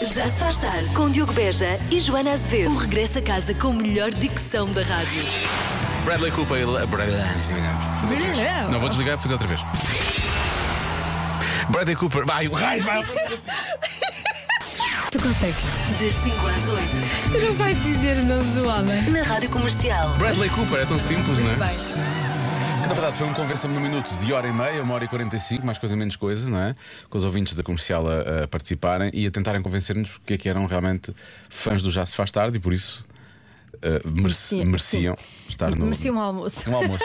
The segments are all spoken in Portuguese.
Já se faz tarde com Diogo Beja e Joana Azevedo. O regresso a casa com a melhor dicção da rádio. Bradley Cooper e Le- Bradley- ah, Fazer outra vez. Não vou desligar, vou fazer outra vez. Bradley Cooper, vai, o raio, vai. Tu consegues. Das 5 às 8, Tu não vais dizer o nome do homem. na Rádio Comercial. Bradley Cooper, é tão simples, não é? Bem, Que, Na verdade, foi um conversa-me no minuto de hora e meia, uma hora e quarenta e cinco, mais coisa menos coisa, não é? Com os ouvintes da comercial a, a participarem e a tentarem convencer-nos porque é que eram realmente fãs do Já Se Faz Tarde e por isso eh, merece- Merecia- mereciam estar no. merecia um almoço. Um almoço.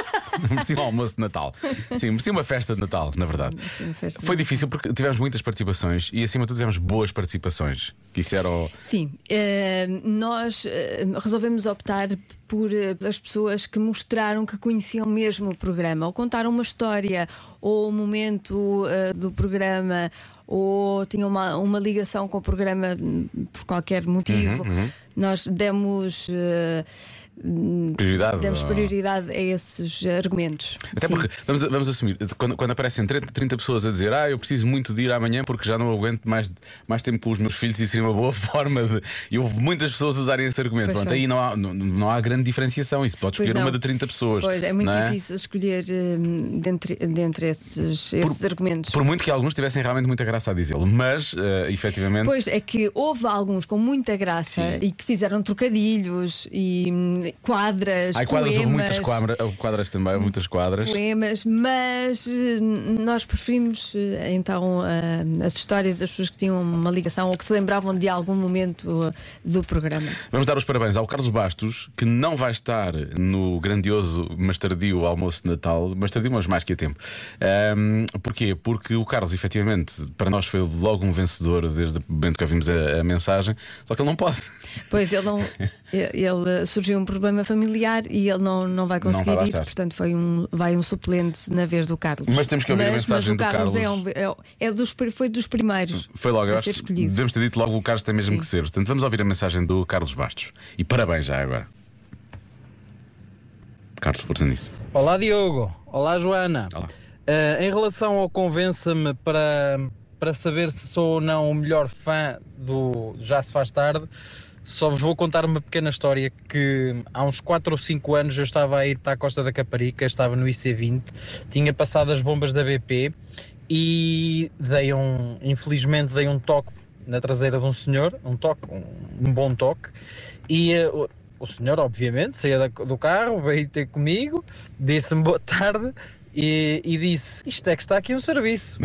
merecia um almoço de Natal. Sim, merecia uma festa de Natal, na verdade. merecia uma festa de Foi difícil porque tivemos muitas participações e, acima de tudo, tivemos boas participações. Que isso era o. Sim, eh, nós eh, resolvemos optar por eh, as pessoas que mostraram que conheciam mesmo o programa, ou contaram uma história, ou o momento eh, do programa, ou tinham uma, uma ligação com o programa hum, por qualquer motivo. Uhum, Nós demos. eh, hum, Prioridade. Demos ó. prioridade a esses argumentos. É Até Sim. porque, vamos, vamos assumir, quando, quando aparecem 30, 30 pessoas a dizer Ah, eu preciso muito de ir amanhã porque já não aguento mais, mais tempo com os meus filhos e seria uma boa forma de. E houve muitas pessoas a usarem esse argumento. Pois Pronto, foi. aí não há, não, não há grande diferenciação. Isso pode Pois escolher não. uma de 30 pessoas. Pois, é muito não difícil escolher hum, dentre, dentre esses, esses argumentos. Por muito que alguns tivessem realmente muita graça a dizê-lo, mas eh, efetivamente. Pois é que houve alguns com muita graça Sim. e que fizeram trocadilhos e hum, quadras, Há quadras, houve poemas, muitas quadras, houve quadras também, houve muitas quadras. poemas, mas eh, nós preferimos eh, então eh, as histórias das pessoas que tinham uma ligação ou que se lembravam de algum momento eh, do programa. Vamos dar os parabéns ao Carlos Bastos, que não vai estar no grandioso, mas tardio almoço de Natal, mas tardio, mas mais que a tempo. Ahm, porquê? Porque o Carlos, efetivamente, para nós foi logo um vencedor desde o momento que ouvimos a, a mensagem, só que ele não pode. Pois ele não ele- ele surgiu um problema familiar e ele não, não vai conseguir Não vai lá ir, estar. portanto foi um vai um suplente na vez do Carlos. Mas temos que ouvir a Mas- mas mensagem o do Carlos, é Carlos. um- é o- é dos pri- foi dos primeiros. Foi logo, a eu ser acho. escolhido. Devemos ter dito logo o Carlos tem mesmo Sim. que ser. Portanto, vamos ouvir a mensagem do Carlos Bastos. E parabéns já agora. Carlos, força nisso. Olá Diogo, olá Joana. Olá. Eh, em relação ao convença-me para, para saber se sou ou não o melhor fã do Já Se Faz Tarde, só vos vou contar uma pequena história que há uns 4 ou 5 anos eu estava a ir para a Costa da Caparica, estava no IC20, tinha passado as bombas da BP e dei um, infelizmente dei um toque na traseira de um senhor, um toque, um, um bom toque, e eh, o- o senhor, obviamente, saía da- do carro, veio ter comigo, disse-me boa tarde e, e disse: Isto é que está aqui um serviço.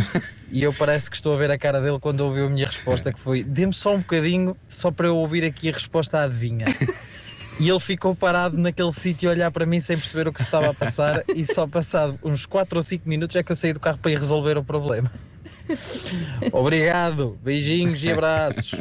e eu parece que estou a ver a cara dele quando ouviu a minha resposta, que foi: Dê-me só um bocadinho, só para eu ouvir aqui a resposta à adivinha. E ele ficou parado naquele sítio a olhar para mim sem perceber o que se estava a passar, e só passado uns 4 ou 5 minutos é que eu saí do carro para ir resolver o problema. Obrigado, beijinhos e abraços.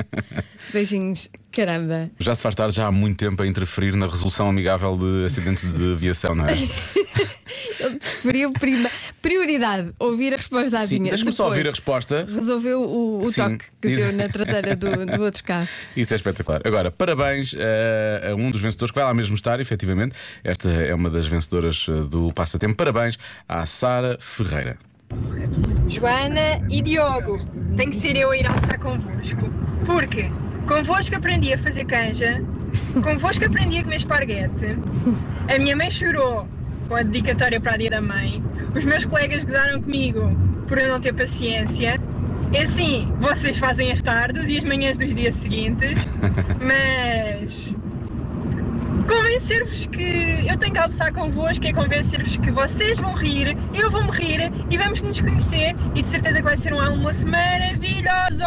Beijinhos, caramba. Já se faz tarde, já há muito tempo a interferir na resolução amigável de acidentes de aviação, não é? Ele preferiu prima- prioridade, ouvir a resposta à Sim, adivinha. deixa-me só Depois, ouvir a resposta. Resolveu o, o Sim. toque que deu na traseira do, do outro carro. Isso é espetacular. Agora, parabéns eh, a um dos vencedores que vai lá mesmo estar, efetivamente. Esta é uma das vencedoras eh, do Passatempo. Parabéns à Sara Ferreira. Joana e Diogo, tem que ser eu a ir almoçar convosco. Porque convosco aprendi a fazer canja, convosco aprendi a comer esparguete, a minha mãe chorou com a dedicatória para a dia da mãe, os meus colegas gozaram comigo por eu não ter paciência. E assim, vocês fazem as tardes e as manhãs dos dias seguintes, mas convencer-vos que eu tenho que almoçar convosco é convencer-vos que vocês vão rir, eu vou me rir e vamos nos conhecer e de certeza que vai ser um almoço maravilhoso!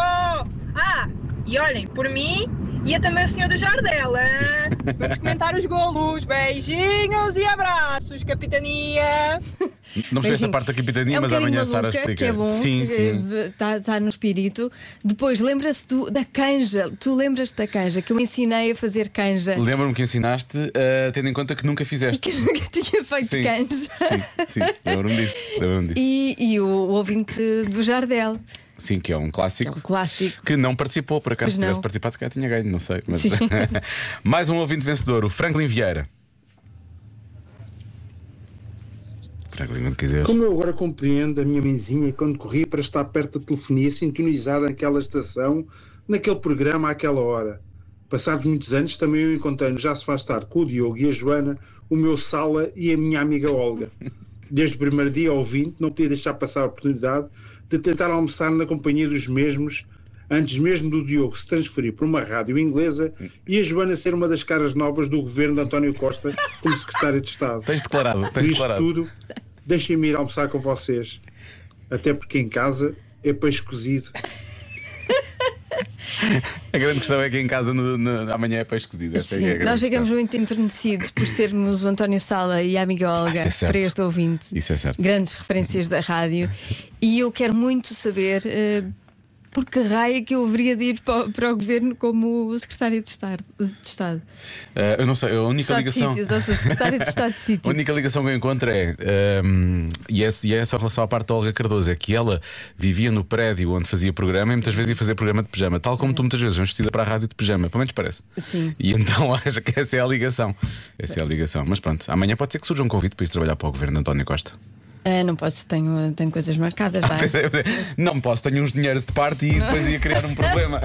Ah, e olhem, por mim e é também o senhor do Jardel, hein? Vamos comentar os golos, beijinhos e abraços, capitania! Não fiz esta Beijinho. parte da capitania, É um mas bocadinho amanhã a Sara maluca, Que explica. é bom, sim, sim. Está no espírito. Depois, lembra-se do- da canja. Tu lembras-te da canja, que eu ensinei a fazer canja. Lembro-me que ensinaste, eh, tendo em conta que nunca fizeste. que eu nunca tinha feito Sim, canja. sim, sim. Lembro-me disso. Lembro-me disso. é E, e o, o ouvinte do Jardel, Sim, que é um que é clássico. um clássico. Que não participou, por acaso Pois se não. tivesse participado, se calhar tinha ganho, não sei. Mas... Sim. Mais um ouvinte vencedor, o Franklin Vieira. Franklin, não quiser. Como eu agora compreendo a minha mãezinha quando corria para estar perto da telefonia sintonizada naquela estação naquele programa àquela hora. Passados muitos anos também eu encontrei no Já Se Faz Tarde com o Diogo e a Joana, o meu Sala e a minha amiga Olga. Desde o primeiro dia ao 20 não podia deixar passar a oportunidade de tentar almoçar na companhia dos mesmos antes mesmo do Diogo se transferir para uma rádio inglesa e a Joana ser uma das caras novas do governo de António Costa como secretária de Estado. Tens declarado, Por tens isto declarado. tudo, deixem-me ir almoçar com vocês. Até porque em casa é peixe cozido. A grande questão é que em casa no- no- amanhã é peixe cozido. Essa é Sim, a grande nós ficamos questão. muito enternecidos por sermos o António Sala e a amiga Olga isso é certo. para este ouvinte. Isso é certo. Grandes referências da rádio. E eu quero muito saber eh, por que raio é que eu haveria de ir para, o- para o governo como secretária de Estado. De Estado. Ah, eu não sei, a única Estado de ligação. sítios, ou seja, secretária de Estado de A sítios. única ligação que eu encontro é, hum, e, é e é só em relação à parte da Olga Cardoso, é que ela vivia no prédio onde fazia programa e muitas vezes ia fazer programa de pijama, tal como tu muitas vezes vens vestida para a rádio de pijama, pelo menos parece. Sim. E então acho que essa é a ligação. Essa é a ligação. Mas pronto, amanhã pode ser que surja um convite para ir trabalhar para o governo de António Costa. Ah, não posso, tenho, tenho coisas marcadas. lá. Pois é, pois é. Não posso, tenho uns dinheiros de parte e depois ia criar um problema.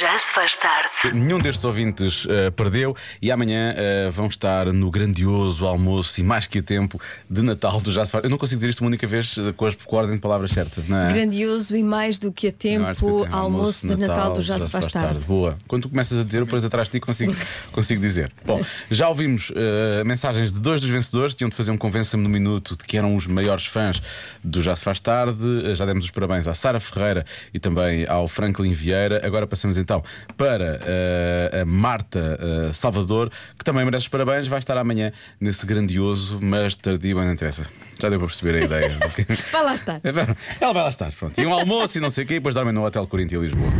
Já se faz tarde. Nenhum destes ouvintes eh, perdeu e amanhã eh, vão estar no grandioso almoço e mais que a tempo de Natal do Já se faz. Eu não consigo dizer isto uma única vez eh, com, as, com a ordem de palavras certas, não é? Grandioso e mais do que a Não, acho que eu tempo, tenho almoço de Natal, do Já se faz tarde. Boa. Quando tu começas a dizer, eu depois atrás de ti consigo, consigo dizer. Bom, já ouvimos eh, mensagens de dois dos vencedores, tinham de fazer um convença-me no minuto de que eram os maiores fãs do Já se faz tarde. Eh, já demos os parabéns à Sara Ferreira e também ao Franklin Vieira. Agora passamos então para eh, a Marta eh, Salvador, que também merece os parabéns, vai estar amanhã nesse grandioso, mas tardio, mas não interessa. Já deu para perceber a ideia. do que- Vá lá estar. ela vai lá estar, pronto. E um almoço e não sei o quê, e depois dormem no Hotel Corinto em Lisboa.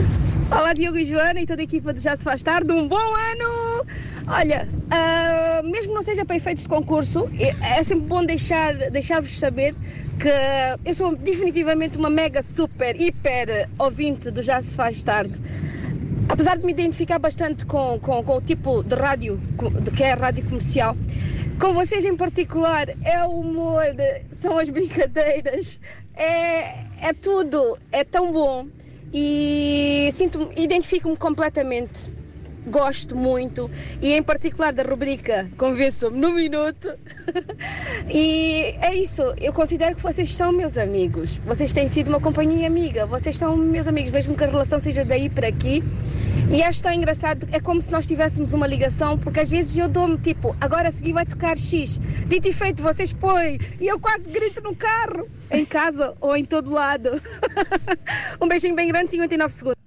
Olá Diogo e Joana e toda a equipa do Já Se Faz Tarde, um bom ano! Olha, ah, mesmo que não seja para efeitos de concurso, é, é sempre bom deixar- deixar-vos saber que eu sou definitivamente uma mega, super, hiper ouvinte do Já Se Faz Tarde. Apesar de me identificar bastante com, com, com o tipo de rádio co- de que é a rádio comercial, com vocês em particular é o humor, são as brincadeiras, é, é tudo, é tão bom e sinto identifico-me completamente. Gosto muito e em particular da rubrica Convençam-me no Minuto. e é isso, eu considero que vocês são meus amigos. Vocês têm sido uma companhia amiga, vocês são meus amigos, mesmo que a relação seja daí para aqui. E acho tão engraçado, é como se nós tivéssemos uma ligação, porque às vezes eu dou-me tipo, agora a seguir vai tocar X. Dito e feito, vocês põem. E eu quase grito no carro, em casa ou em todo lado. um beijinho bem grande, 59 segundos.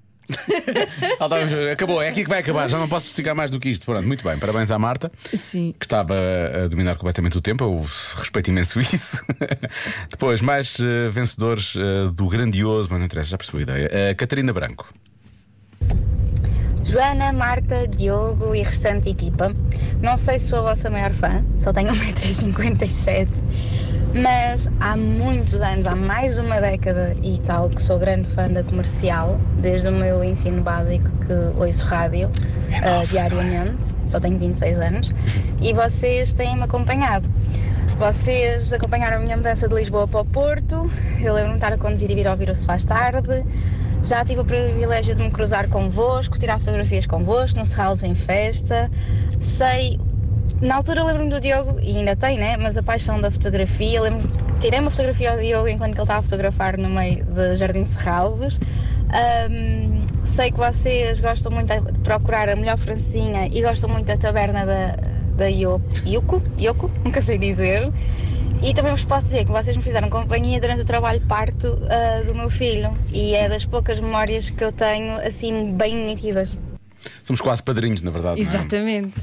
Ela estava- acabou, é aqui que vai acabar, já não posso esticar mais do que isto. Pronto, muito bem, parabéns à Marta, Sim. que estava a dominar completamente o tempo, eu respeito imenso isso. Depois, mais eh, vencedores eh, do grandioso, mas não interessa, já percebi a ideia. Eh, Catarina Branco. Joana, Marta, Diogo e restante equipa. Não sei se sou a vossa maior fã, só tenho 1,57m, mas há muitos anos, há mais de uma década e tal, que sou grande fã da comercial, desde o meu ensino básico que ouço rádio ah, diariamente, só tenho 26 anos, e vocês têm-me acompanhado. Vocês acompanharam a minha mudança de Lisboa para o Porto. Eu lembro-me de estar a conduzir e vir ouvir o Se Faz Tarde. Já tive o privilégio de me cruzar convosco, tirar fotografias convosco, no Serralos em Festa. Sei. Na altura lembro-me do Diogo, e ainda tem, né? Mas a paixão da fotografia. Lembro-me que tirei uma fotografia ao Diogo enquanto que ele estava a fotografar no meio de Jardim de Serralves. Ahm, sei que vocês gostam muito de procurar a melhor francinha e gostam muito da taberna da, da Yo- Yoko, Yoko, nunca sei dizer. E também vos posso dizer que vocês me fizeram companhia durante o trabalho parto ah, do meu filho e é das poucas memórias que eu tenho assim bem nítidas. Somos quase padrinhos, na verdade. não é? Exatamente.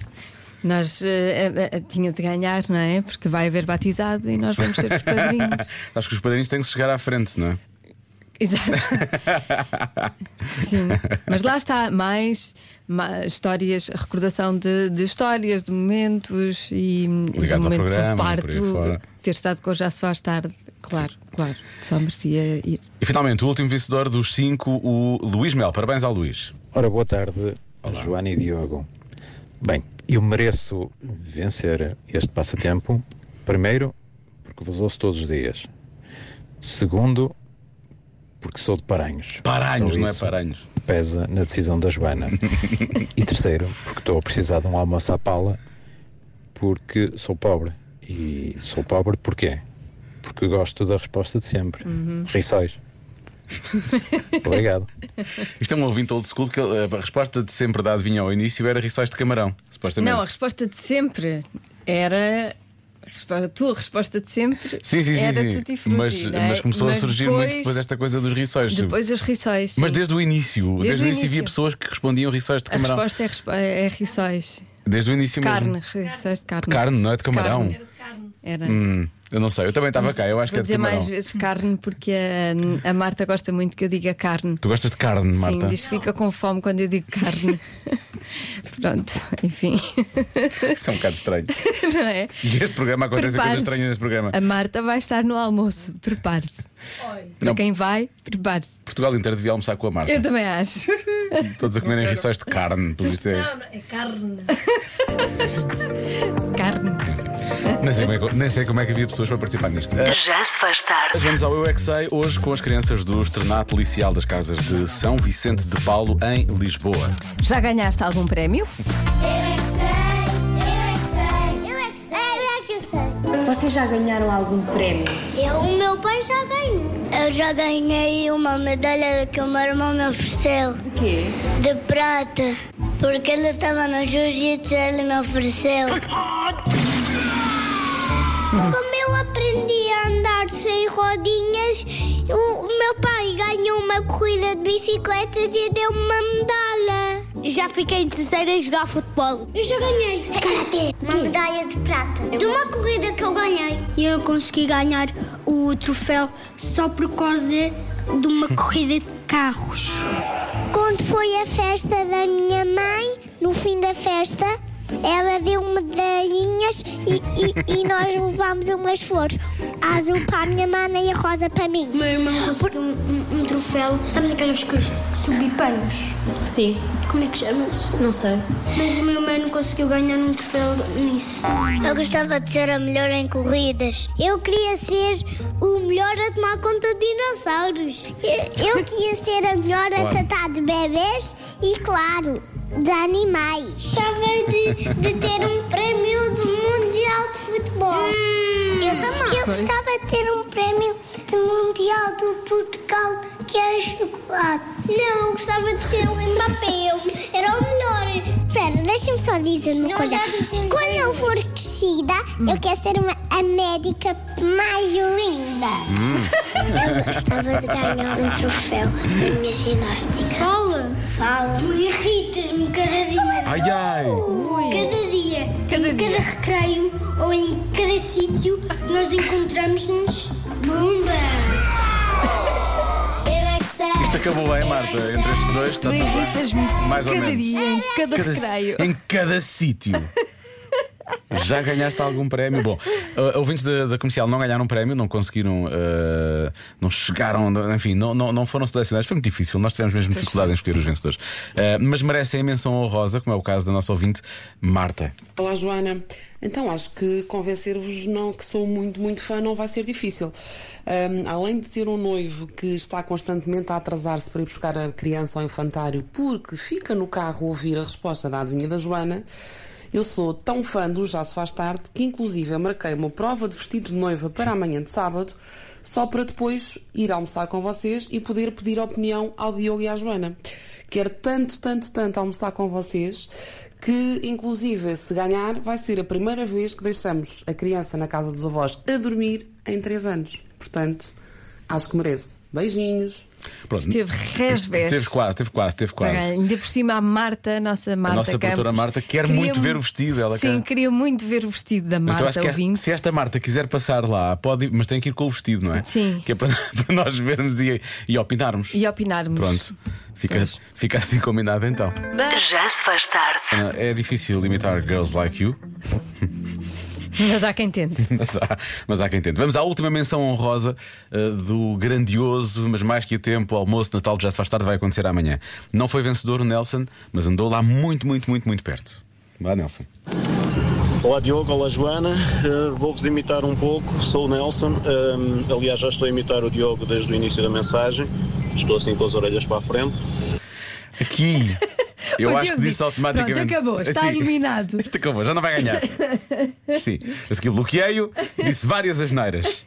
Nós eh, eh, eh, tinha de ganhar, não é? Porque vai haver batizado e nós vamos ser os padrinhos. Acho que os padrinhos têm que chegar à frente, não é? Exato. Sim. Mas lá está, mais, ma- histórias, recordação de, de histórias, de momentos e, e do Ligados ao momento programa, do por aí fora. parto, ter estado com o já se faz tarde. Claro, claro. Só merecia ir. E finalmente, o último vencedor dos cinco, o Luís Mel. Parabéns ao Luís. Ora, boa tarde, Joana e Diogo. Bem, eu mereço vencer este passatempo. Primeiro, porque vos ouço todos os dias. Segundo, porque sou de Paranhos. Paranhos, Só não é isso. Paranhos. pesa na decisão da Joana. e terceiro, porque estou a precisar de um almoço à pala porque sou pobre. E sou pobre porquê? Porque gosto da resposta de sempre. Rissóis. Obrigado. Isto é um ouvinte old school que ele- a resposta de sempre da adivinha ao início era rissóis de camarão, supostamente. Não, a resposta de sempre era. a resposta- A tua resposta de sempre Sim, sim, sim. era sim. tutti frutti, mas, não é? mas começou a Mas surgir depois, muito depois esta coisa dos rissóis. Depois os rissóis. sim. Mas desde o início, desde, o o início havia início. pessoas que respondiam rissóis de a camarão. resposta é, respo- é rissóis. Desde o início Carne, mesmo. rissóis de carne. Carne, não é de camarão? Carne. Era. Hum, eu não sei, eu também estava cá, eu acho que Vou é de dizer camarão. mais vezes carne porque a, a Marta gosta muito que eu diga carne. Tu gostas de carne, Marta? Sim, diz que fica com fome quando eu digo carne. Pronto, enfim. Isso é um bocado estranho. Não é? E este programa acontece coisas Prepare-se. estranhas neste programa. A Marta vai estar no almoço, prepare-se. Para Não. quem vai, prepare-se. Portugal inteiro devia almoçar com a Marta. Eu também acho. Todos a comerem rissóis de carne, pelo visto. é- é carne. Carne. Nem sei, como é que, nem sei como é que havia pessoas para participar nisto. Eh, Já se faz tarde. Vamos ao Eu é Que Sei, hoje com as crianças do Externato Licial das Casas de São Vicente de Paulo, em Lisboa. Já ganhaste algum prémio? Vocês já ganharam algum prémio? Eu, o meu pai já ganhou. Eu já ganhei uma medalha que o meu irmão me ofereceu, O quê? de prata, porque ele estava no jiu-jitsu e ele me ofereceu. Como eu aprendi a andar sem rodinhas, o meu pai ganhou uma corrida de bicicletas e deu-me uma medalha. Já fiquei em terceira a jogar futebol. Eu já ganhei. Karate. Uma medalha de prata. De uma corrida que É eu ganhei. Eu consegui ganhar o troféu só por causa de uma corrida de carros. Quando foi a festa da minha mãe, no fim da festa, ela deu medalhinhas e, e- e nós levámos umas flores. A azul para a minha mãe e a rosa para mim. Meu irmão conseguiu um, um- um troféu. Sabes aqueles que subi panos? Sim. Como é que chamas? Não sei. Mas o meu mano conseguiu ganhar um troféu nisso. Eu gostava de ser a melhor em corridas. Eu queria ser o melhor a tomar conta de dinossauros. Eu, eu queria ser a melhor a tratar de bebês e, claro, de animais. Gostava de, de ter um prémio do Mundial de Futebol. Eu também. Eu gostava de ter um prémio de Mundial do Portugal que era chocolate. Não, eu gostava de ter um papel. Era o melhor. Espera, deixa-me só dizer uma coisa. Quando eu for crescida, eu quero ser uma, a médica mais linda. Eu gostava de ganhar um troféu da minha ginástica. Fala! Fala! Tu irritas-me cada dia. Ai ai! Cada dia, Cada em dia. cada recreio ou em cada sítio, nós encontramos-nos. Bomba! Eu é que sei. Isto acabou bem, Marta. Entre estes dois, tá. está Tu tudo irritas-me bem. Mais ou cada menos. dia, em cada, Cada- recreio. Em cada sítio. Já ganhaste algum prémio? Bom, uh, ouvintes da, da comercial não ganharam prémio, não conseguiram, uh, não chegaram, enfim, não, não, não foram selecionados. Foi muito difícil, nós tivemos mesmo dificuldade em escolher os vencedores. Uh, mas merecem a menção honrosa, como é o caso da nossa ouvinte Marta. Olá, Joana. Então, acho que convencer-vos não que sou muito, muito fã não vai ser difícil. Ahm, além de ser um noivo que está constantemente a atrasar-se para ir buscar a criança ao infantário porque fica no carro a ouvir a resposta da adivinha da Joana, eu sou tão fã do Já Se Faz Tarde que, inclusive, eu marquei uma prova de vestidos de noiva para amanhã de sábado só para depois ir almoçar com vocês e poder pedir opinião ao Diogo e à Joana. Quero tanto, tanto, tanto almoçar com vocês que, inclusive, se ganhar, vai ser a primeira vez que deixamos a criança na casa dos avós a dormir em 3 anos. Portanto, acho que mereço. Beijinhos. Pronto, Teve resves. teve quase, teve quase, teve Para quase. ganhar. Ainda por cima, a Marta, a nossa Marta. nossa Campos, produtora Marta quer queria muito ver o vestido, ela Sim, quer- queria muito ver o vestido da Marta, Então acho que é- ouvinte. se esta Marta quiser passar lá, pode, ir- mas tem que ir com o vestido, não é? Sim. Que é para, para nós vermos e, e opinarmos. E opinarmos. Pronto, fica, fica assim combinado então. Já se faz tarde. Ana, É difícil limitar girls like you, Mas há quem tente. mas há, mas há quem tente. Vamos à última menção honrosa eh, do grandioso, mas mais que a tempo, almoço de Natal, que já se faz tarde, vai acontecer amanhã. Não foi vencedor o Nelson, mas andou lá muito, muito, muito, muito perto. Vá, Nelson. Olá Diogo, olá Joana, Eh, vou-vos imitar um pouco, sou o Nelson, Eh, aliás já estou a imitar o Diogo desde o início da mensagem, estou assim com as orelhas para a frente. Aqui. Eu O acho Diogo que diz, disse automaticamente. Pronto, acabou, está Sim. eliminado. Isto acabou, já não vai ganhar. Sim. A seguir bloqueei-o, disse várias asneiras.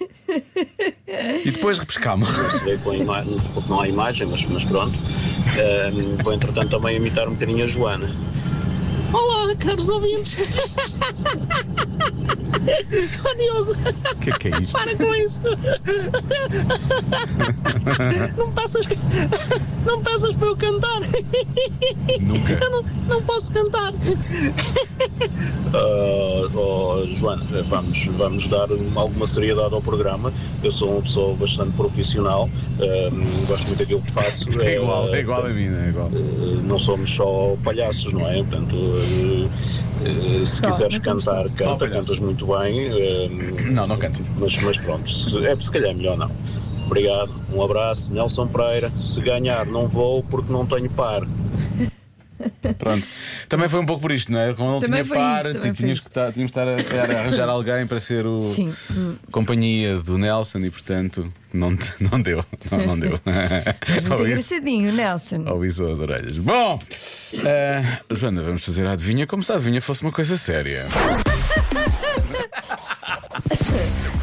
E depois repescámos. não se vê com a imagem, porque não há imagem, mas, mas pronto. Ahm, vou entretanto também imitar um bocadinho a Joana. Olá, caros ouvintes! Ó Diogo! O que é que é isto? Para com isso! Não me peças, não me peças para eu cantar! Nunca! Eu não, não posso cantar! Ah, oh, Joana, vamos, vamos dar alguma seriedade ao programa. Eu sou uma pessoa bastante profissional, ahm, gosto muito daquilo que faço. Isto é igual, Eh, é igual a mim, não é igual. eh, não somos só palhaços, não é? Portanto, eh, eh, se Só, quiseres não somos só. cantar, Só canta, palhaços. cantas muito bem. eh, Não, não canto. Mas, mas pronto, se- é se calhar melhor não. Obrigado, um abraço, Nelson Pereira. Se ganhar, não vou porque não tenho par. Pronto. Também foi um pouco por isto, não é? Quando ele Também tinha foi par, isso, também ti- foi tínhamos, que isso. estar, tínhamos que estar a, se calhar, a arranjar alguém para ser o Sim. Hum. companhia do Nelson e, portanto, não, não deu. Não, não deu. Muito Ou isso- engraçadinho, Nelson. ou isso ou as orelhas. Bom, eh, Joana, vamos fazer a adivinha como se a adivinha fosse uma coisa séria.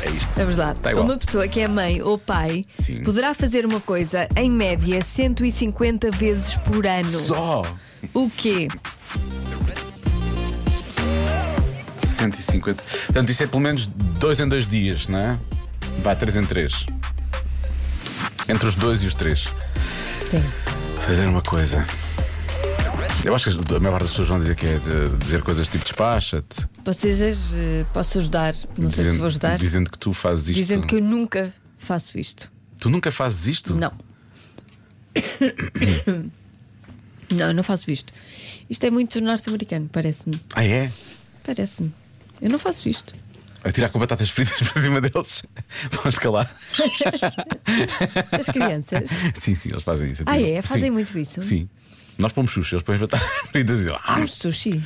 É isto. Vamos lá. Está igual. uma pessoa que é mãe ou pai poderá fazer uma coisa em média 150 vezes por ano. Só O quê? 150. Portanto, isso é pelo menos dois em dois dias, não é? Vá, três em três. Entre os dois e os três. Sim. Fazer uma coisa. Eu acho que a maior parte das pessoas vão dizer que é de- dizer coisas tipo despacha-te. Vocês, eh, posso ajudar? Não sei se vou ajudar. Dizendo que tu fazes isto. Dizendo que eu nunca faço isto. Tu nunca fazes isto? Não. não, eu não faço isto. Isto é muito norte-americano, parece-me. Ah, é? Parece-me. Eu não faço isto. Atirar com batatas fritas para cima deles. Vão escalar. As crianças. Sim, sim, eles fazem isso. Ah, é? Atiram. Fazem Sim. muito isso? Sim. Nós pomos Xuxa, eles põem batatas fritas e. Ah, Um sushi?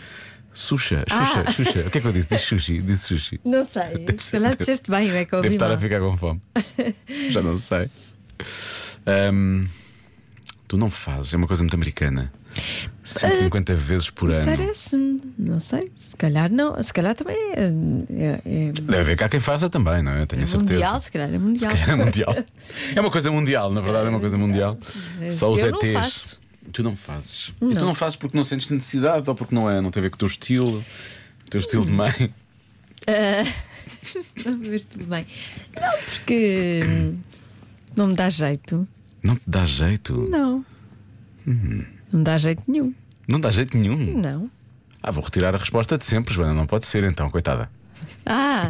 Xuxa, Xuxa, Ah. Xuxa. O que é que eu disse? Disse Xuxi, disse Xuxi. Não sei. Deve Se ser- calhar disseste bem, é que eu Deve ouvi estar mal. a ficar com fome. Já não sei. Ahm, tu não fazes, é uma coisa muito americana. Ah, 150 vezes por ano. Parece-me, não sei. Se calhar não. Se calhar também é. é- é Deve haver cá quem faça também, não é? Eu Tenho a certeza. mundial, se calhar é mundial. É mundial. É uma coisa mundial, na verdade, é uma coisa mundial. Mas Só os eu não ETs. faço. Tu não fazes. E tu Não. não fazes porque não sentes necessidade ou porque não é, não tem a ver com o teu estilo, o teu estilo de mãe. Ah, não, mas tudo bem. Não, porque hum, não me dá jeito. Não te dá jeito. Não. Hum. Não me dá jeito nenhum. Não dá jeito nenhum. Não. Ah, vou retirar a resposta de sempre, Joana. Não pode ser então, coitada. Ah,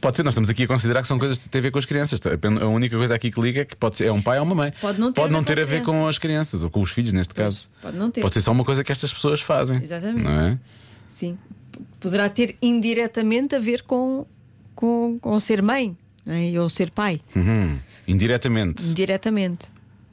Pode ser, nós estamos aqui a considerar que são coisas que têm a ver com as crianças. Então, A única coisa aqui que liga é que pode ser, é um pai ou uma mãe. Pode não ter a ver com a a ver criança. com as crianças, ou com os filhos, neste caso. pode não ter. Pode ser só uma coisa que estas pessoas fazem. Exatamente. Não é? Sim. P- Poderá ter indiretamente a ver com, com, com ser mãe não é? ou ser pai. Uhum. Indiretamente. Indiretamente.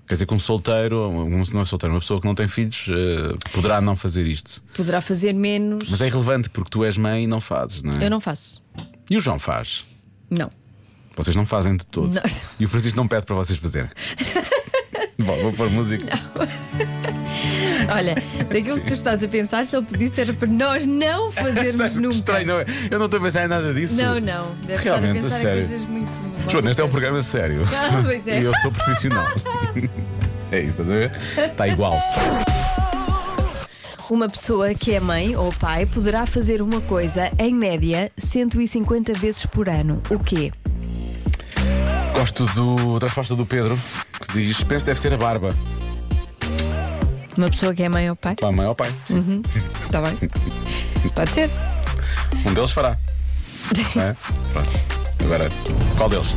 Quer dizer que um solteiro, ou um, não é solteiro, uma pessoa que não tem filhos, eh, poderá não fazer isto. Poderá fazer menos. Mas é irrelevante porque tu és mãe e não fazes, não é? Eu não faço. E o João faz. Não. Vocês não fazem de todo. Não. E o Francisco não pede para vocês fazerem. Bom, vou pôr música. Olha, daquilo que tu estás a pensar, se ele pedisse era para nós não fazermos Sabes que nunca. Estranho, não é? Eu não estou a pensar em nada disso. Não, não. Deve Realmente, a estar a pensar sério. em coisas muito. Joana, este é um programa sério. Não, pois é. E eu sou profissional. é isso, estás a ver? Está igual. Uma pessoa que é mãe ou pai poderá fazer uma coisa, em média, 150 vezes por ano. O quê? Gosto do- da resposta do Pedro, que diz: penso que deve ser a barba. Uma pessoa que é mãe ou pai? Para a mãe ou pai. Uhum. Está bem. Pode ser. Um deles fará. Não é? Pronto. Agora, qual deles?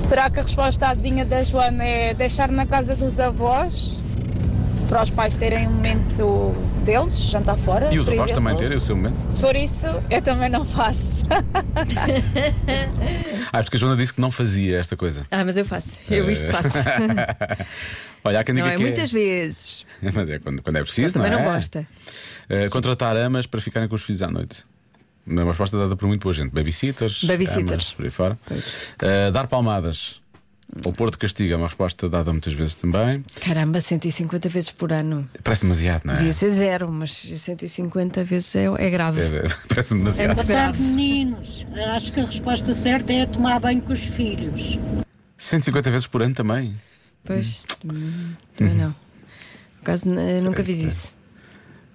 Será que a resposta à adivinha da Joana é deixar na casa dos avós para os pais terem um momento deles, jantar fora? E os por avós exemplo? também terem o seu momento? Se for isso, eu também não faço. Ah, porque a Joana disse que não fazia esta coisa. Ah, mas eu faço. Eu isto Eh, faço. Olha, há quem não diga é que muitas vezes. Mas é quando, quando é preciso, também não não é? gosta. Eh, contratar amas para ficarem com os filhos à noite. é Uma resposta dada por muito boa gente. Babysitters. Babysitters. amas, por aí fora. Eh, dar palmadas. O Porto castiga é uma resposta dada muitas vezes também. Caramba, 150 vezes por ano. Parece demasiado, não é? Devia ser zero, mas 150 vezes é, é grave. É, parece Boa demasiado. tarde, meninos. Acho que a resposta certa é tomar banho com os filhos. 150 vezes por ano também. Pois, hum, também não. No caso, n- eu nunca É. fiz isso.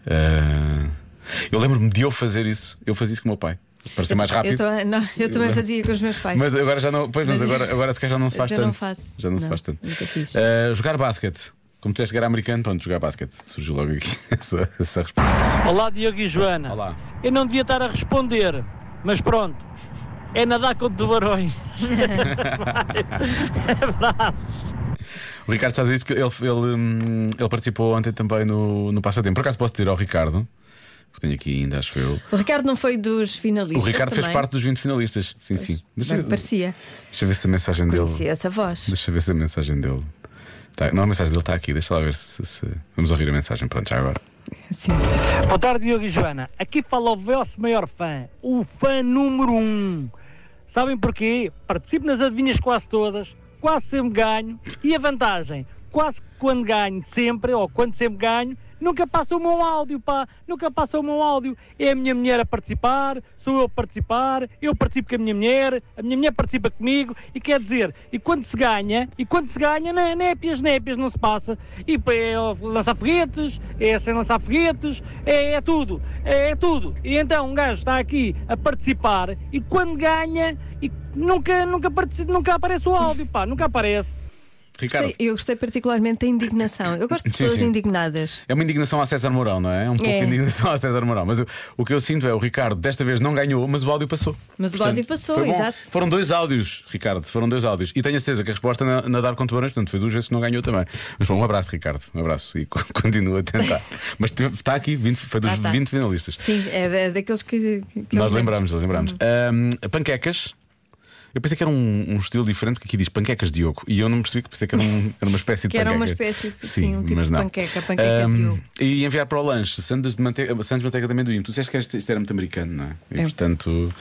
Ah, eu lembro-me de eu fazer isso. Eu fazia isso com o meu pai. Para ser Eu mais ta- eu rápido. também- não, eu também fazia com os meus pais. Mas agora já não. Pois, mas, Mas- agora, agora se calhar já não se mas faz eu tanto. não faço. Já não, se Não, faz tanto. nunca fiz. Ah, jogar basquete. Como disseste que era americano, pronto, jogar basquete. Surgiu logo aqui essa, essa resposta. Olá, Diogo e Joana. Olá. Eu não devia estar a responder, mas pronto. É nadar com tubarões. Abraços. O Ricardo está a dizer isso porque ele, ele, hum, ele participou ontem também no, no Passatempo. Por acaso posso dizer ao Ricardo, que tenho aqui ainda, acho eu. O Ricardo não foi dos O finalistas. Ricardo fez também? parte dos 20 finalistas. Sim, sim. Deixa, Bem, parecia. deixa eu ver se a mensagem Conhecia dele. essa voz. Deixa eu ver se a mensagem dele. Tá, não, a mensagem dele está aqui. Deixa lá ver se, se- Vamos ouvir a mensagem. Pronto, já agora. Boa tarde, Diogo e Joana. Aqui fala o vosso maior fã, o fã número um. Sabem porquê? Participo nas adivinhas quase todas, quase sempre ganho. E a vantagem, quase que quando ganho sempre, ou quando sempre ganho, nunca passa o meu áudio, pá. Nunca passa o meu áudio. É a minha mulher a participar, sou eu a participar, eu participo com a minha mulher, a minha mulher participa comigo. E quer dizer, e quando se ganha, e quando se ganha, né, népias, népias, não se passa. E pá, é lançar foguetes, é sem lançar foguetes, é, é tudo, é, é tudo. E então um gajo está aqui a participar e quando ganha, e nunca, nunca, participa, nunca aparece o áudio, pá, nunca aparece. Ricardo. Gostei- eu gostei particularmente da indignação. Eu gosto de Sim, pessoas sim. indignadas. É uma indignação a César Mourão, não é? É um pouco É. de indignação a César Mourão. Mas eu- o que eu sinto é o Ricardo desta vez não ganhou, mas o áudio passou. Mas o áudio passou, foi bom. exato. Foram dois áudios, Ricardo, foram dois áudios. E tenho a certeza que a resposta na, na dar com tubarões, portanto, foi duas vezes que não ganhou também. Mas bom, um abraço, Ricardo, um abraço e co- continua a tentar. mas te- está aqui, 20 foi dos Ah, tá. 20 finalistas. Sim, é da- daqueles que. que- é Uhum. que eu Nós me lembro. lembramos, nós lembramos. Ahm, panquecas. Eu pensei que era um, um estilo diferente, porque aqui diz panquecas Diogo. E eu não percebi que pensei que era, um- era uma espécie Que de era panqueca. uma espécie, sim, um tipo mas de não. panqueca, panqueca Ahm, Diogo. E enviar para o lanche sandes de, mante sandes de manteiga de amendoim. Tu disseste que isto isto era muito americano, não é? E É. portanto.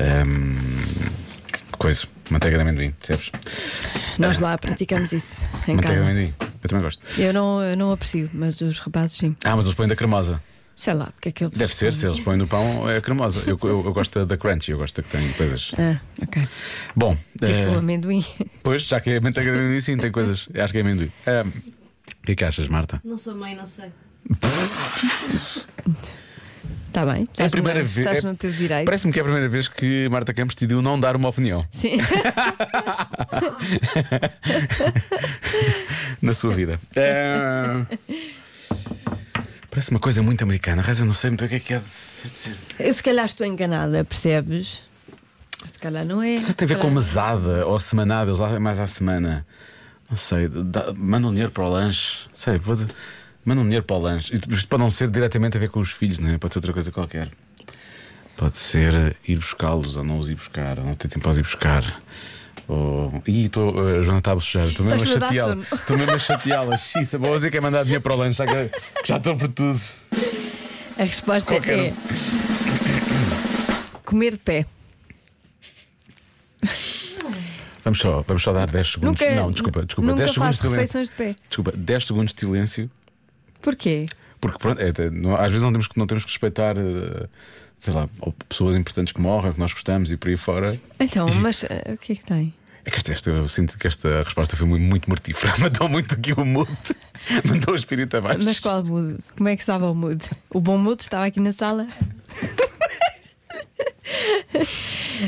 ahm, coisa, manteiga de amendoim, percebes? Nós lá praticamos isso em manteiga de casa. amendoim. Eu também gosto. Eu não, eu não aprecio, mas os rapazes sim. Ah, mas eles põem da cremosa. Sei lá, o que é que eles. Deve ser, se eles põem no pão, é cremosa. Eu, eu, eu gosto da- da crunchy, eu gosto da que tem coisas. Ah, ok. Bom, Tipo eh, amendoim. Pois, já que é manteiga de amendoim, sim, tem coisas. Acho que é amendoim. Ahm, O que é que achas, Marta? Não sou mãe, não sei. Está Tá bem, estás, no- É primeira vez- estás é- no teu direito. Parece-me que é a primeira vez que Marta Campos decidiu não dar uma opinião Sim. na sua vida. Ahm, Parece uma coisa muito americana. A razão eu não sei muito bem o que é que é. de dizer. Eu se calhar estou enganada, percebes? Se calhar não é. Isso tem a ver com mesada ou semanada, eles lá é mais à semana. Não sei, dá- mandam dinheiro para o lanche. Sei, vou de- mandam dinheiro para o lanche. E Isto pode não ser diretamente a ver com os filhos, não é? Pode ser outra coisa qualquer. Pode ser eh, ir buscá-los ou não os ir buscar, ou não ter tempo para os ir buscar. Ou... Ih, estou. a Joana está a bocejar, estou mesmo a Estás-me a dar chateá-la. sono. Estou mesmo a chateá-la. Xiça, vou dizer que é mandar dinheiro para o lanche, já que que já estou por tudo. A resposta Qualquer um. é. Comer de pé. Vamos só, vamos só dar 10 segundos. Nunca- é- não, desculpa, desculpa. nunca 10 segundos faço de silêncio. refeições de pé. Desculpa, 10 segundos de silêncio. Porquê? Porque pronto, é, é, não- às vezes não temos que, não temos que respeitar, eh, sei lá, ou pessoas importantes que morrem, ou que nós gostamos e por aí fora. Então, mas eh, o que é que tem? É que esta, esta- eu sinto que esta resposta foi muito, muito mortífera. Matou muito aqui o mood, matou o espírito abaixo. Mas qual mood? Como é que estava o mood? O bom mood estava aqui na sala?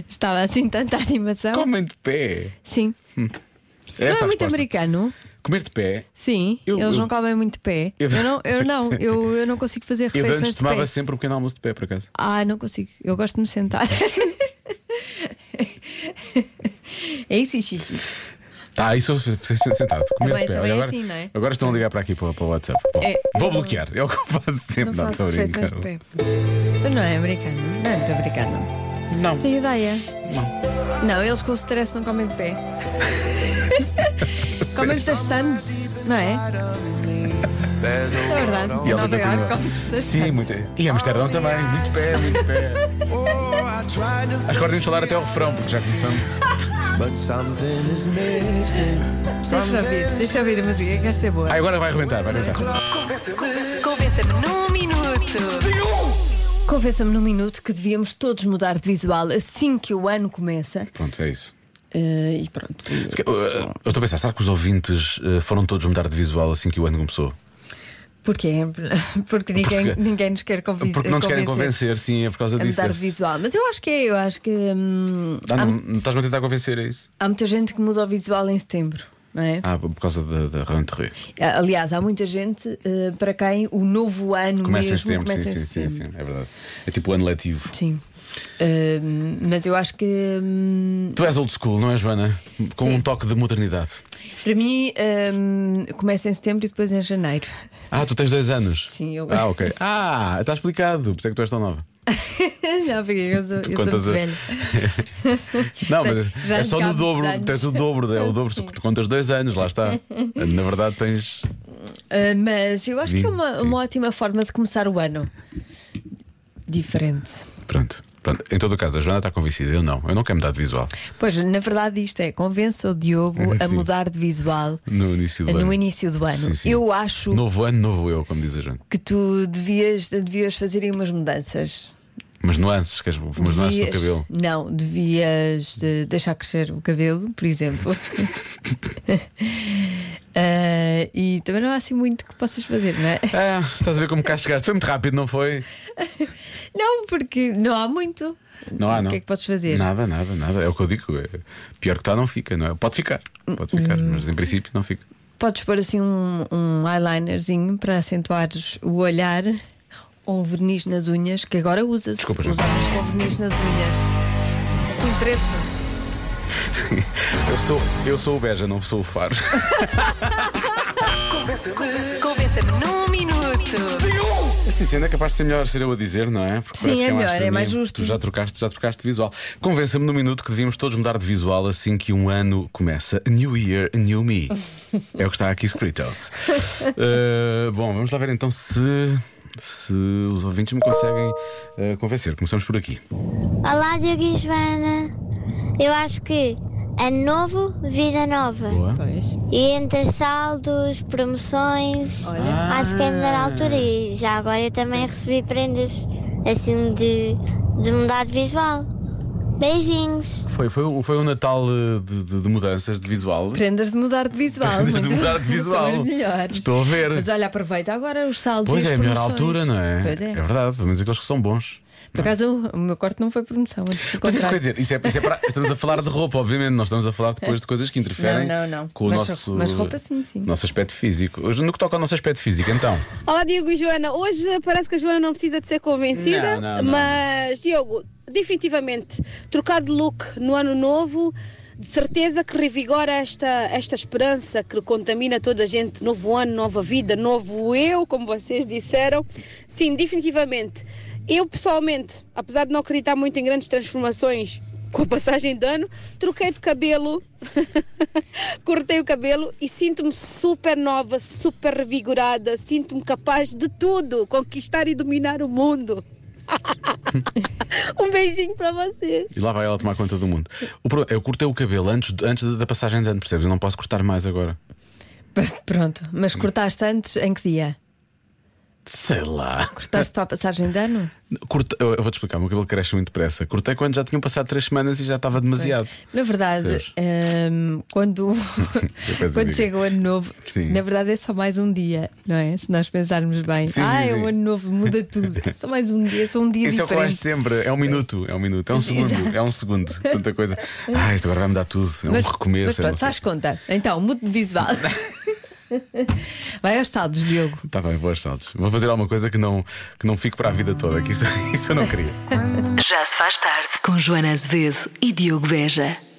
estava assim tanta animação? Comem de pé. Sim. Hum. não é Essa a muito resposta. americano? Comer de pé. Sim, Eu- eles eu- não comem muito de pé. Eu, Eu- não, eu não, eu, eu não consigo fazer Eu de refeições antes de pé. tomava sempre um pequeno almoço de pé, por acaso. Ah, não consigo. Eu gosto de me sentar. é isso, e xixi. Tá, isso eu se- se- se- sentado. Comer Também- de pé. também é agora, assim, não é? agora estão a ligar para aqui para, o- para o WhatsApp. Bom, É, eu vou não- bloquear, é o que eu faço sempre. não estou faço a brincar. refeições de pé. Mas Não é americano, não é muito americano. Não. Tem ideia? Não. Não, eles com stress não comem de pé. comem das sandes, não é? É verdade. E ela Nova York continua. come-se das Sim, sandes. muito. E Amsterdão também, muito pé, muito pé. Acho que agora temos de falar até ao refrão, porque já começamos. But something is missing. Deixa eu ouvir, deixa eu ouvir a música, que esta é boa. Ah, agora vai arrebentar, vai arrebentar. Convença-me num minuto. Convença-me num minuto que devíamos todos mudar de visual assim que o ano começa. Pronto, é isso. Eh, e pronto. Se ca- Eu eu estou a pensar, será que os ouvintes eh, foram todos mudar de visual assim que o ano começou? Porquê? é, Porque ninguém, Porque- ninguém nos quer convencer. Porque não nos querem convencer, sim, é por causa A disso. mudar de deve-se- visual. Mas eu acho que é, eu acho que hum, Ah, não- não Estás-me a tentar convencer, é isso? há muita gente que muda o visual em setembro, não é? Ah, por causa da, da rentrée. Aliás, há muita gente eh, para quem o novo ano Começa em mesmo setembro, sim, começa em sim, sim, setembro. sim, é verdade. É tipo o ano letivo. Sim. Hum, mas eu acho que hum, Tu és old school, não é, Joana? Com um toque de modernidade. para mim hum, começa em setembro e depois em janeiro. Ah, tu tens dois anos? Sim, eu- Ah, ok. Ah, está explicado, por isso é que tu és tão nova. Não, porque eu sou, eu sou muito Quantas- velha. Não, mas Já é só no acabo dos dobro, anos. tens o dobro, é o dobro, Sim. tu contas dois anos, lá está. Na verdade, tens. Ah, mas eu acho que é Sim, uma, uma ótima forma de começar o ano. Diferente. Pronto, pronto. Em todo o caso, a Joana está convencida, eu não, eu não quero mudar de visual Pois, na verdade, isto é: convença o Diogo a Sim. mudar de visual no início do ano. no início do ano. Sim, sim. Eu acho Novo ano, novo eu, como diz a Joana. que tu devias, devias fazer aí umas mudanças. Mas nuances, queres, mas nuances no Devias- cabelo. Não, devias eh, deixar crescer o cabelo, por exemplo. Ah, e também não há assim muito que possas fazer, não é? Ah, estás a ver como cá chegaste? Foi muito rápido, não foi? Não, porque não há muito. Não há, Ah, não. O que é que podes fazer? Nada, nada, nada. É o que eu digo. é- Pior que está, não fica, não é? Pode ficar, pode ficar, Hum. mas em princípio não fica. Podes pôr assim um, um eyelinerzinho para acentuar o olhar ou um verniz nas unhas, que agora usa-se. Desculpa, Usa mais com verniz nas unhas. Assim preto. Eu sou, eu sou o Beja, não sou o Faro. Convença-me num minuto. Assim sendo, é capaz de ser melhor ser eu a dizer, não é? Porque Sim, parece é que melhor, para é mim. mais justo. Tu já trocaste, já trocaste de visual. Convença-me no minuto que devíamos todos mudar de visual assim que um ano começa. New Year, New Me. É o que está aqui escrito. Uh, bom, vamos lá ver então se, se os ouvintes me conseguem uh, convencer. Começamos por aqui. Olá, Diogo e Joana. Eu acho que ano novo, vida nova. E entre saldos, promoções, acho que é a melhor Ah. altura. E já agora eu também recebi prendas assim de, de mudar de visual. Beijinhos. Foi, foi, um- foi um Natal uh, de, de- de mudanças de visual. Prendas de mudar de visual. Prendas de muito- mudar de visual. são as melhores. Estou a ver. Mas olha, aproveita agora os saldos. Pois e as é, a melhor promoções. altura, não é? Pois é. verdade, pelo menos aqueles que são bons. Por acaso o meu corte não foi promoção. antes do Mas isso quer contrário. dizer, isso é, isso é para- estamos a falar de roupa, obviamente, não estamos a falar depois de coisas que interferem Não, não, não. com Mas o nosso, mas roupa sim, sim. nosso aspecto físico. Hoje, No que toca ao nosso aspecto físico, então. Olá, Diogo e Joana. Hoje eh, parece que a Joana não precisa de ser convencida, Não, não, não. mas, Diogo, definitivamente, trocar de look no ano novo, de certeza que revigora esta, esta esperança que contamina toda a gente. Novo ano, nova vida, novo eu, como vocês disseram. Sim, definitivamente. Eu, pessoalmente, apesar de não acreditar muito em grandes transformações com a passagem de ano, troquei de cabelo cortei o cabelo e sinto-me super nova, super revigorada, sinto-me capaz de tudo, conquistar e dominar o mundo. um beijinho para vocês. E lá vai ela tomar conta do mundo. O problema- eu cortei o cabelo antes, antes da passagem de ano, percebes? Eu não posso cortar mais agora. Pronto, Hum. mas cortaste antes em que dia? Sei lá. Cortaste para a passagem de ano? Corte- eu, eu vou-te explicar, o meu cabelo cresce muito depressa. Cortei quando já tinham passado três semanas e já estava demasiado. Na verdade, Percebes? ehm, quando, Depois quando digo. chega o ano novo, Sim. na verdade é só mais um dia, não é? Se nós pensarmos bem, Sim, ah, sim, é o sim. ano novo, muda tudo. É só mais um dia, é só um dia Isso é o que eu acho diferente. sempre, é um minuto, é um minuto, é um segundo, Exato. é um segundo, tanta coisa. Ah, isto agora vai mudar tudo, é um mas recomeço. é pronto, não sei. estás conta. Então, mude de visual. Vai aos saldos, Diogo. Tá bem, vou aos saltos. Vou fazer alguma coisa que não, que não fique para a vida toda, que isso, isso eu não queria. Já se faz tarde. Com Joana Azevedo e Diogo Beja.